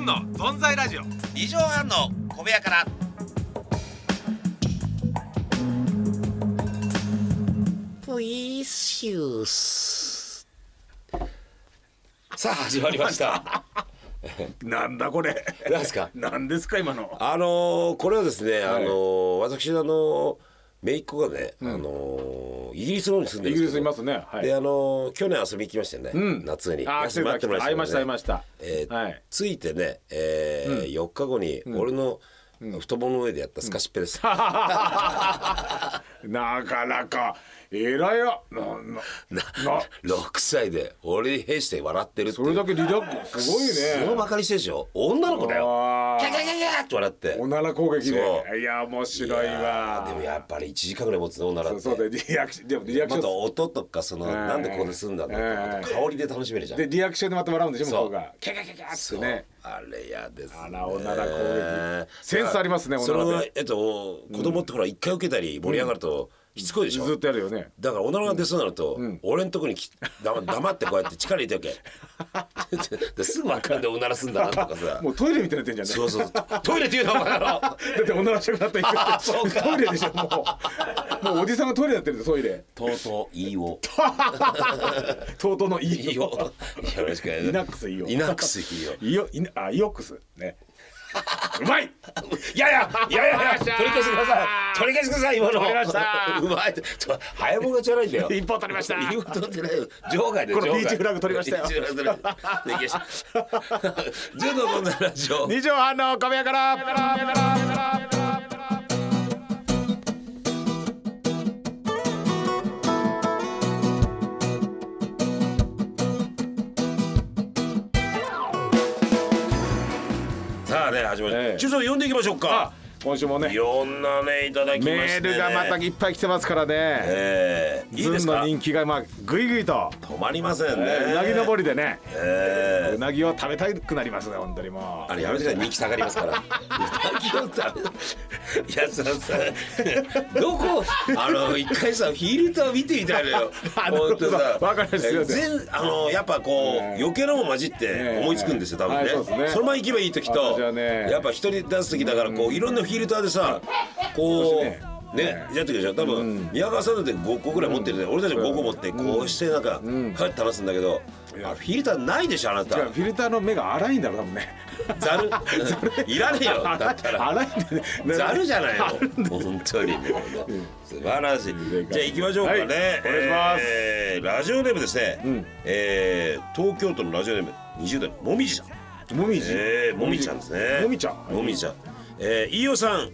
の存在ラジオ二畳半の小部屋からポイシュースさあ始まりましたなんだこれ。 何ですかなんですか今の。あのーこれはですね、あのー私のあの姪っ子がね、あのーイギリスの方に住んでイるんギですリスけいどますね。はい。であのー去年遊びに来ましたよね、うん夏にあー来てた来てた会いました会いました。えーはい。ついてね、えー4日後に俺の太ももの上でやったスカシッペです、 なかなか偉いや。なななな6歳で俺に変して笑ってるっていそうれだけリラックスすごいすごいね。バカにしてるでしょ女の子だよあキャキャーキャキャって笑っておなら攻撃そで。いや面白いやわー。でもやっぱり1時間ぐらい持つのおならっそうてそうでリアクションでもリアクシまたョン音とかそのんなんでここで住んだんだとかあと香りで楽しめるじゃんでリアクションでまた笑うんでしょ向こうが。キャキャキャキそャうってね。あれやですねあらおなら攻撃センスありますねそおならのでえっと子供ってほら一回受けたり盛り上がるとしつこいでしょずっとやるよね。だからおならが出そうになると、俺んとこにき黙黙ってこうやって力入れておけ ですぐ分かるんでおならすんだなとかさもうトイレみたいになってんじゃんそね。うそうトイレって言うなお前らだっておならしたくなったら行くってそうかトイレでしょもうもうおじさんがトイレやってるんだトイレとうとういいをとうとうのい いいいよよよろしくお願いイナックスいいよイナックスいいよいいよいなあイオックスねうまいいやいやいやいやいや取り返してください取り返してください今の取りましたうまいちょ早もがじゃないんだよ一本取りました一本取ってないよ場外でこのビーチフラッグ取りましたよビーチフラッグ取りましたできました柔道の女ラジオ二畳半の小部屋からさあね始まりましえたえちょっと読んでいきましょうか今週もねいろんなねいただきましてねメールがまたいっぱい来てますからねええいいですズンかの人気がまあぐいぐいと止まりませんねうなぎ登りでねええうなぎを食べたくなりますね本当にもうあれやめてくだ さい人気下がりますから。いやささどこ あの一回さフィールドを見てみたいの よ。あなるほどさわかりますよ全あのやっぱこう余計なもん混じって思いつくんですよ多分はいね。そうですねそのまま行けばいい時と私はねやっぱ一人出す時だからこういろんなフィルターでさこそうですねう。ね、やってくるでしょ多分宮川さんだって5個ぐらい持ってるね、俺たちも5個持ってこうしてなんか帰って話すんだけど、あフィルターないでしょあなた違うフィルターの目が荒いんだろう多分ねざる いらねえよだったら荒いん でねざるじゃないよ本当に素晴らしいじゃあ行きましょうかね、はいお願いしますえーラジオネームですね、えー東京都のラジオネーム20代のもみじさんもみじえーもみちゃんですねもみちゃんもみちゃんえー飯尾さん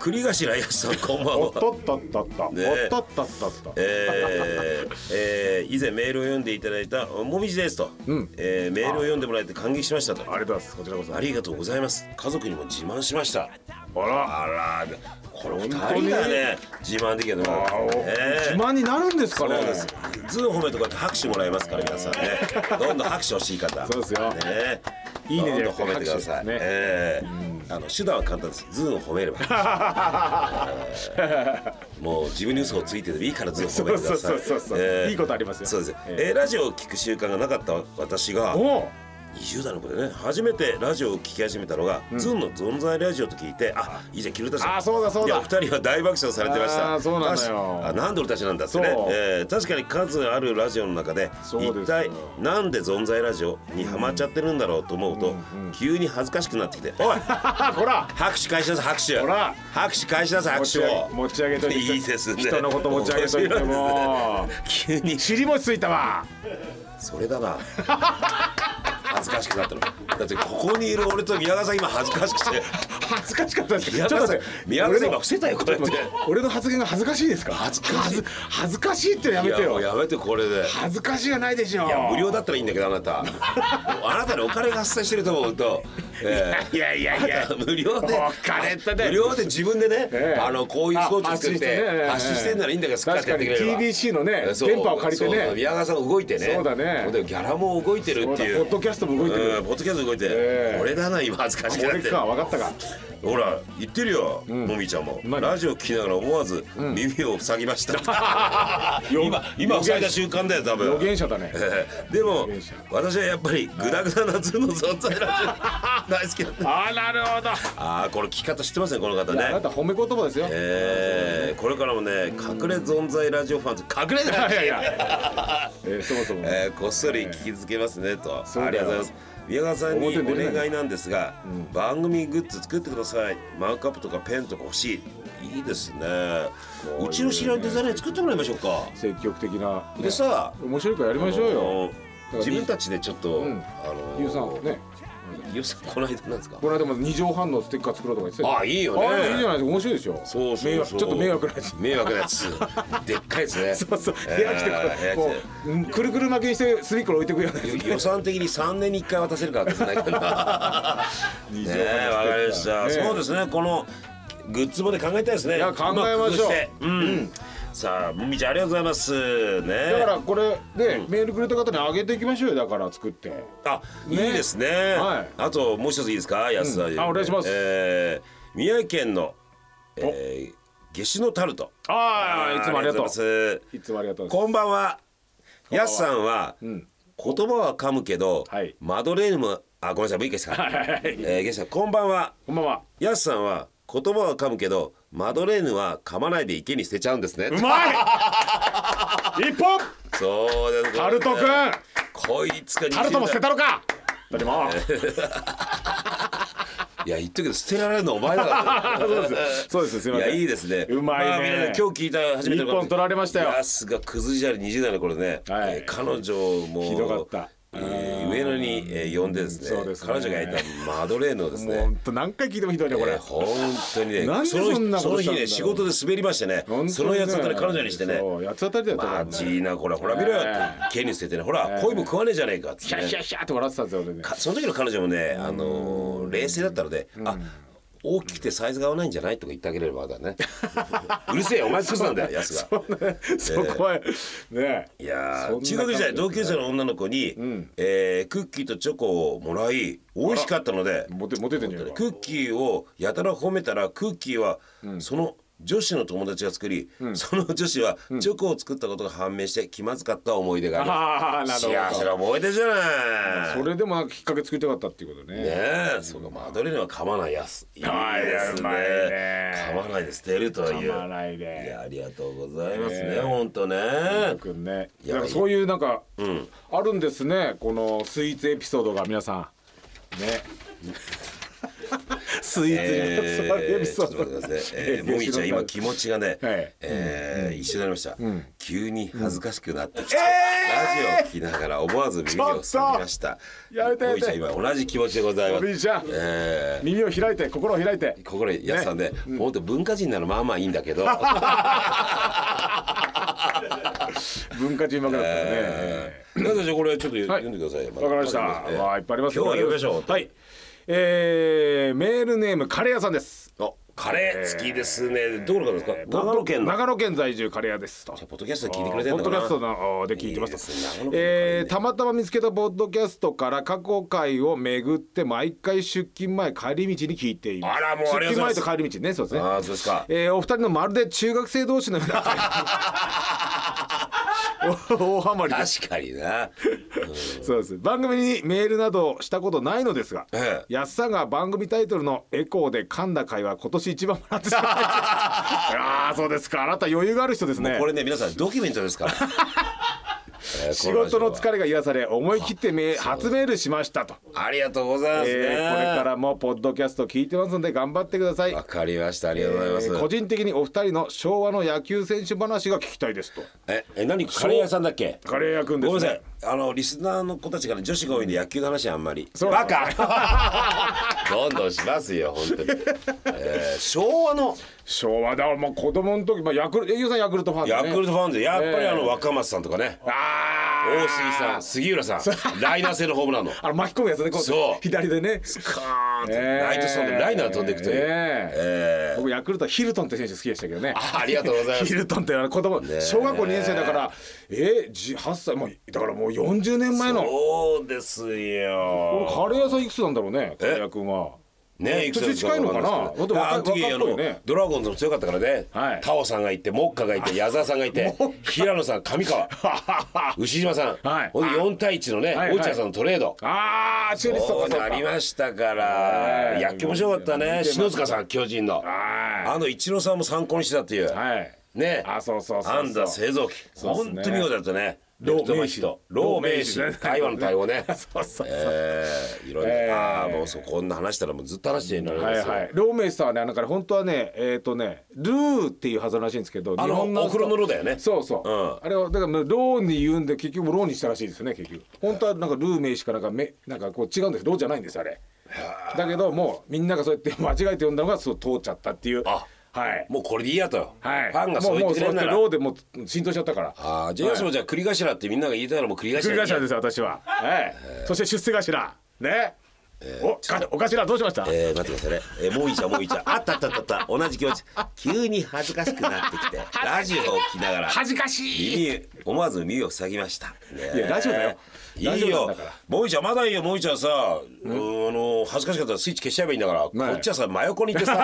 栗頭康 さんこんばんおっはとっとっとっと、ねおっとっとっとっと、えーえー以前メールを読んでいただいたもみじですと、んえーメールを読んでもらえて感激しましたとありがとうございますこちらこそありがとうございます家族にも自慢しましたあらあらこの二人本当ねがね自慢できるのあがおええ自慢になるんですかそうねですズン褒めとかって拍手もらえますから皆さ んねどんどん拍手欲しい方そうですよねいいねどんじゃどなんくて褒めてください、拍手ですねええあの手段は簡単ですズンを褒めればえ えもう自分に嘘をついててもいいからズンを褒めてくださそういそうそうそうええいいことありますよそうです、えええラジオを聞く習慣がなかった私がおう20代の子でね初めてラジオを聞き始めたのが、ズンの存在ラジオと聞いてあいいじゃんキルタさんあそうだそういだや二人は大爆笑されてましたあーそうなんだよ確かあなんで俺たちなんだってねそう、えー確かに数あるラジオの中でそうですよ一体なんで存在ラジオにハマっちゃってるんだろうと思うと、急に恥ずかしくなってきて「おいあこら 拍手返しなさい拍手ほら拍手返しなさい持拍ち手上をげ」持ち上げといていいですね人のこと持ち上げといても急に尻餅ついたわそれだな 恥ずかしくなったのだってここにいる俺と宮川さん今恥ずかし くて恥ずかしかったですちょ宮っと川待さっんて宮川さん今伏せたよこうやって俺の俺の発言が恥ずかしいですか恥ずかしい恥ず恥ずかしいってやめていやもようやめてこれで恥ずかしいはないでしょ 無料だったらいいんだけどあなたあなたにお金が発生してると思うとええいやいやいや無料でお金ってね無料で自分でね、ええあのこういう装置作ってあ発信してんならいいんだけど使っ確てかやってにくれれば TBC のねそう電波を借りてそうね宮川さんが動いてねそうだねほんでギャラも動いてるそうってだいうポッドキャストも動いてるうんポッドキャスト動いてる、ええ俺だな今恥ずかしくこなっれてか分かったかほら言ってるよ、もみちゃんも何ラジオ聞きながら思わず耳を塞ぎました、 今今塞いだ瞬間だよ多分予言者だねええ でも言者私はやっぱりグダグダな頭の存在ラジオ 大好きだったあなるほどああこれ聞き方知ってますねこの方いやあなねた褒め言葉ですよいええこれからもね隠れ存在ラジオファンズ隠れないやいや えーそもそもねえーこっそり聞き続けますねと、そうありだがよとうございます宮川さんに表に出れないお願いなんですが、番組グッズ作ってくださいマークアップとかペンとか欲しいいいですねうちの知り合いのデザイナーに作ってもらいましょうか積極的なねでさ面白いからやりましょうよあの自分たちでちょっと、んあのゆうさんねゆうさんこの間なんですかこの間も二畳半のステッカー作ろうとか言ってたよあいいよねあれいいじゃないですか面白いでしょそうそうそう迷惑ちょっと迷惑なやつ迷惑なやつでっかいですね そうそうえー部屋来てこ部屋来てううんくるくる巻きにして隅っこに置いてくようなやつ予算的に3年に1回渡せるか渡せない かなねえわかりました、ねえそうですねこのグッズもで考えたいですねいや考えましょ工う夫てうん、さあもみちゃんありがとうございますねだからこれでメールくれた方にあげていきましょうよだから作ってあ、ねいいですね、はいあともう一ついいですか安田さん、あお願いしますえー宮城県の、えー、夏至のタルトああいつもありがありがとうとございますういつもありがとうこんばんは。やすさんは、ん言葉は噛むけど、はいマドレーヌもあごめんなさいもういいですか。えー、ゲストこんばんは。こんばんはやすさんは言葉は噛むけどマドレーヌは噛まないで池に捨てちゃうんですねう。まい一本そうです。タルトくんこいつが20代タルトも捨てたのかだってもいや言っとくけど捨てられるのお前だからね。そうですそうですす いまいやせんいいですね。うまいねあ、皆さん今日聞いた初めての一本取られましたよやすがくずじゃり20代の頃ね。はいえー彼女もひどかったえー上野に、えー呼んでですね。そうですね彼女が焼いたマドレーヌをですもうね本。当何回聞いてもひどいねここれれ本当にねなんでその日そんなことその日したんだろねう仕事で滑りましてね本当にねそのやつ当たり彼女にしてねそう八つ当たりだよマジなこれほら見ろよ毛に捨ててねほらええ恋も食わねえじゃねえかっつってヒャねヒャヒャって笑ってたんですよ俺ねかその時の彼女もねあのー冷静だったのであ大きくてサイズが合わないんじゃないとか言ってあげれればまだ ねうるせえよお前作ったんだよやつが。そこはねいやそーんな中学時代彼女同級生の女の子に、えークッキーとチョコをもらい美味しかったのでモテモテてんじゃないかクッキーをやたら褒めたらクッキーはその女子の友達が作り、その女子はチョコを作ったことが判明して気まずかった思い出がああありなます、る幸ほせなど思い出じゃないそれでもなんかきっかけ作りたかったっていうことねねえ、そうか、マドレーヌは噛まないやす。いいですねあーいやうまいね噛まないで捨てるという。噛まないでいや、ありがとうございますねね、え本当ね。くんねいやなんかそういうなんか、あるんですねこのスイーツエピソードが皆さん ねスイーツにまつわるえエピー、ちソょっーとド待ってください。えー、もみちゃん、今気持ちがね、はいえー一緒になりました、急に恥ずかしくなってきて、ラジオを聞きながら思わず耳を塞ぎました。やめてやもめみてちゃん、今同じ気持ちでございます。もみちゃんえー耳を開いて心を開いて心やすさんで、本当文化人ならまあまあいいんだけ ど。文化人幕だったらね、えーなんでしょうこれちょっと読んでくださいよ。わかりました。えーわあいっぱいあります今日は読みましょう。はい。えー、メールネームカレー屋さんです。あ、カレー好きですね。どこの方ですか。長野県の。長野県在住カレー屋ですと。ポッドキャスト聞いてくれてるポのッドかな。キャストのあーで聞いてまいいですねす長野県のカレーねえーたまたま見つけたポッドキャストから過去回を巡って毎回出勤前帰り道に聞いていますあらもうありがとうございます出勤前と帰り道ねそうですねああ、そうですか。えー、お二人のまるで中学生同士 のようなお大ハマりです確かにな。そうです番組にメールなどしたことないのですが、ええやっさんが番組タイトルの「エコー」で噛んだ回は今年一番笑ってしま いましたああそうですかあなた余裕がある人ですねこれね、皆さんドキュメントです から。えー仕事の疲れ。れが癒され思い切ってめ初メールしましたと、ありがとうございまえすね。ーこれからもポッドキャスト聞いてますので頑張ってください、わかりました。ありがとうございます。えー個人的にお二人の昭和の野球選手話が聞きたいですとえ、え、何カレー屋さんだっけ。カレー屋くんでごめんすなさねい。あのリスナーの子たちから女子が多いんで野球の話はあんまり。 そうバカ。どんどんしますよ本 当に。えー昭和の昭和だもう子供の時まあヤクルえゆうさんヤクルトファンヤだクねルトファンでやっぱりあえのえ若松さんとかね。あ大杉さん杉浦さんライナー性のホームラン のあの巻き込むやつねこそう左でねカーンってライトスタンドにライ ナー飛んでいくという、えええ僕ヤクルトはヒルトンって選手好きでしたけどねーありがとうございまヒすルトンってあの子供え小学校2年生だからえー、じ8歳もうだからもう40年前のそうですよカレー屋さんいくつなんだろうねカえレー屋君はねいくつ年近いのかなわんいですけどだあっのて若い時あ若いの頃ねドラゴンズも強かったからね、はいタオさんがいてモッカがいて矢沢さんがいて平野さん上 川牛島さん、はいほんで4対1のねはいはい落合さんのトレード、ああ中日そとうかなりすましたかはらい野球面白かったね見てます篠塚さん巨人のはあの一郎さんも参考にしてたっていういはいねあそうそうそうそう安打製造機そうっすね本当に見事だったね老レフト前ヒット名手老名手老名手台湾の対応 ねそうそうそうえーいろいえろーああもうそうこんな話したらもうずっと話してるのにはいはい。ローメイさんはね、なんかね本当はね、えっ、とね、ルーっていうはずらしいんですけど、あの人お風呂のロだよねそうそう。うんあれはだからローに言うんで結局ローにしたらしいですよね結局。本当はなんかルー名詞かなんかめなんかこう違うんです。ローじゃないんですあれ。だけどもうみんながそうやって間違えて呼んだのがそう通っちゃったっていう。あはい。もうこれでいいやとフはい。ァンがそう言もっうもうてくれるそうやっなてらローでもう浸透しちゃったから。ああじゃあそもじゃあ栗頭ってみんなが言いたいらもう栗頭繰りでいいや頭です私は。はい。そして出世頭ね。おかお頭どうしました。えー、待ってくださいね、えー、もういいじゃんもういいじゃんあったあったあったあった同じ気持ち急に恥ずかしくなって きてラジオを聞きながら恥ずかしい。耳思わず耳を塞ぎました、ねえいやラジオだよ。いラいジオなよんだからもいちゃんまだいいよもいちゃんさ、うーんあの恥ずかしかったらスイッチ消しちゃえばいいんだから、ねこっちはさ真横にいてさ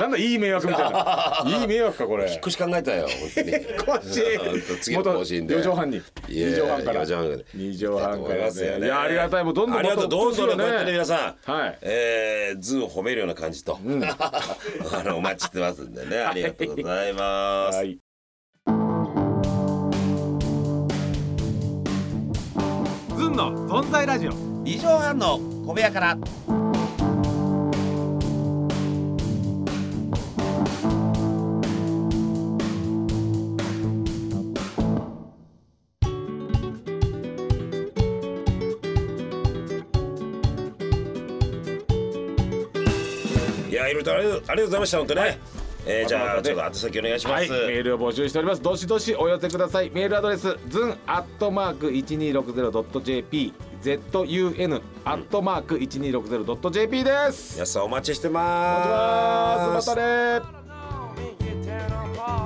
なんだいい迷惑みたい な。いい迷惑かこれ。引っ越し考えた よ本当に更新うんと次の更新で4畳半にいや2畳半から四畳半から二畳半思かいらまねすよねいやありがたいもうどんどんありがとうどんどんねこうやってね皆んさん、はいえー、ズンを褒めるような感じと、 あのお待ちしてますんでねありがとうございます、はいずんの存在ラジオ二畳半の小部屋から。いやいろいろとありがとうありがとうございました本当ね、えーじゃあちょっと後先お願いしまはい、す、メールを募集しております。どしどしお寄せください。メールアドレス、ずんアットマーク一二六ゼロドット jp、z u n アットマーク一二六ゼロドット jp です。皆さんお待ちしてお願いしまますすまたね。 Get down on par.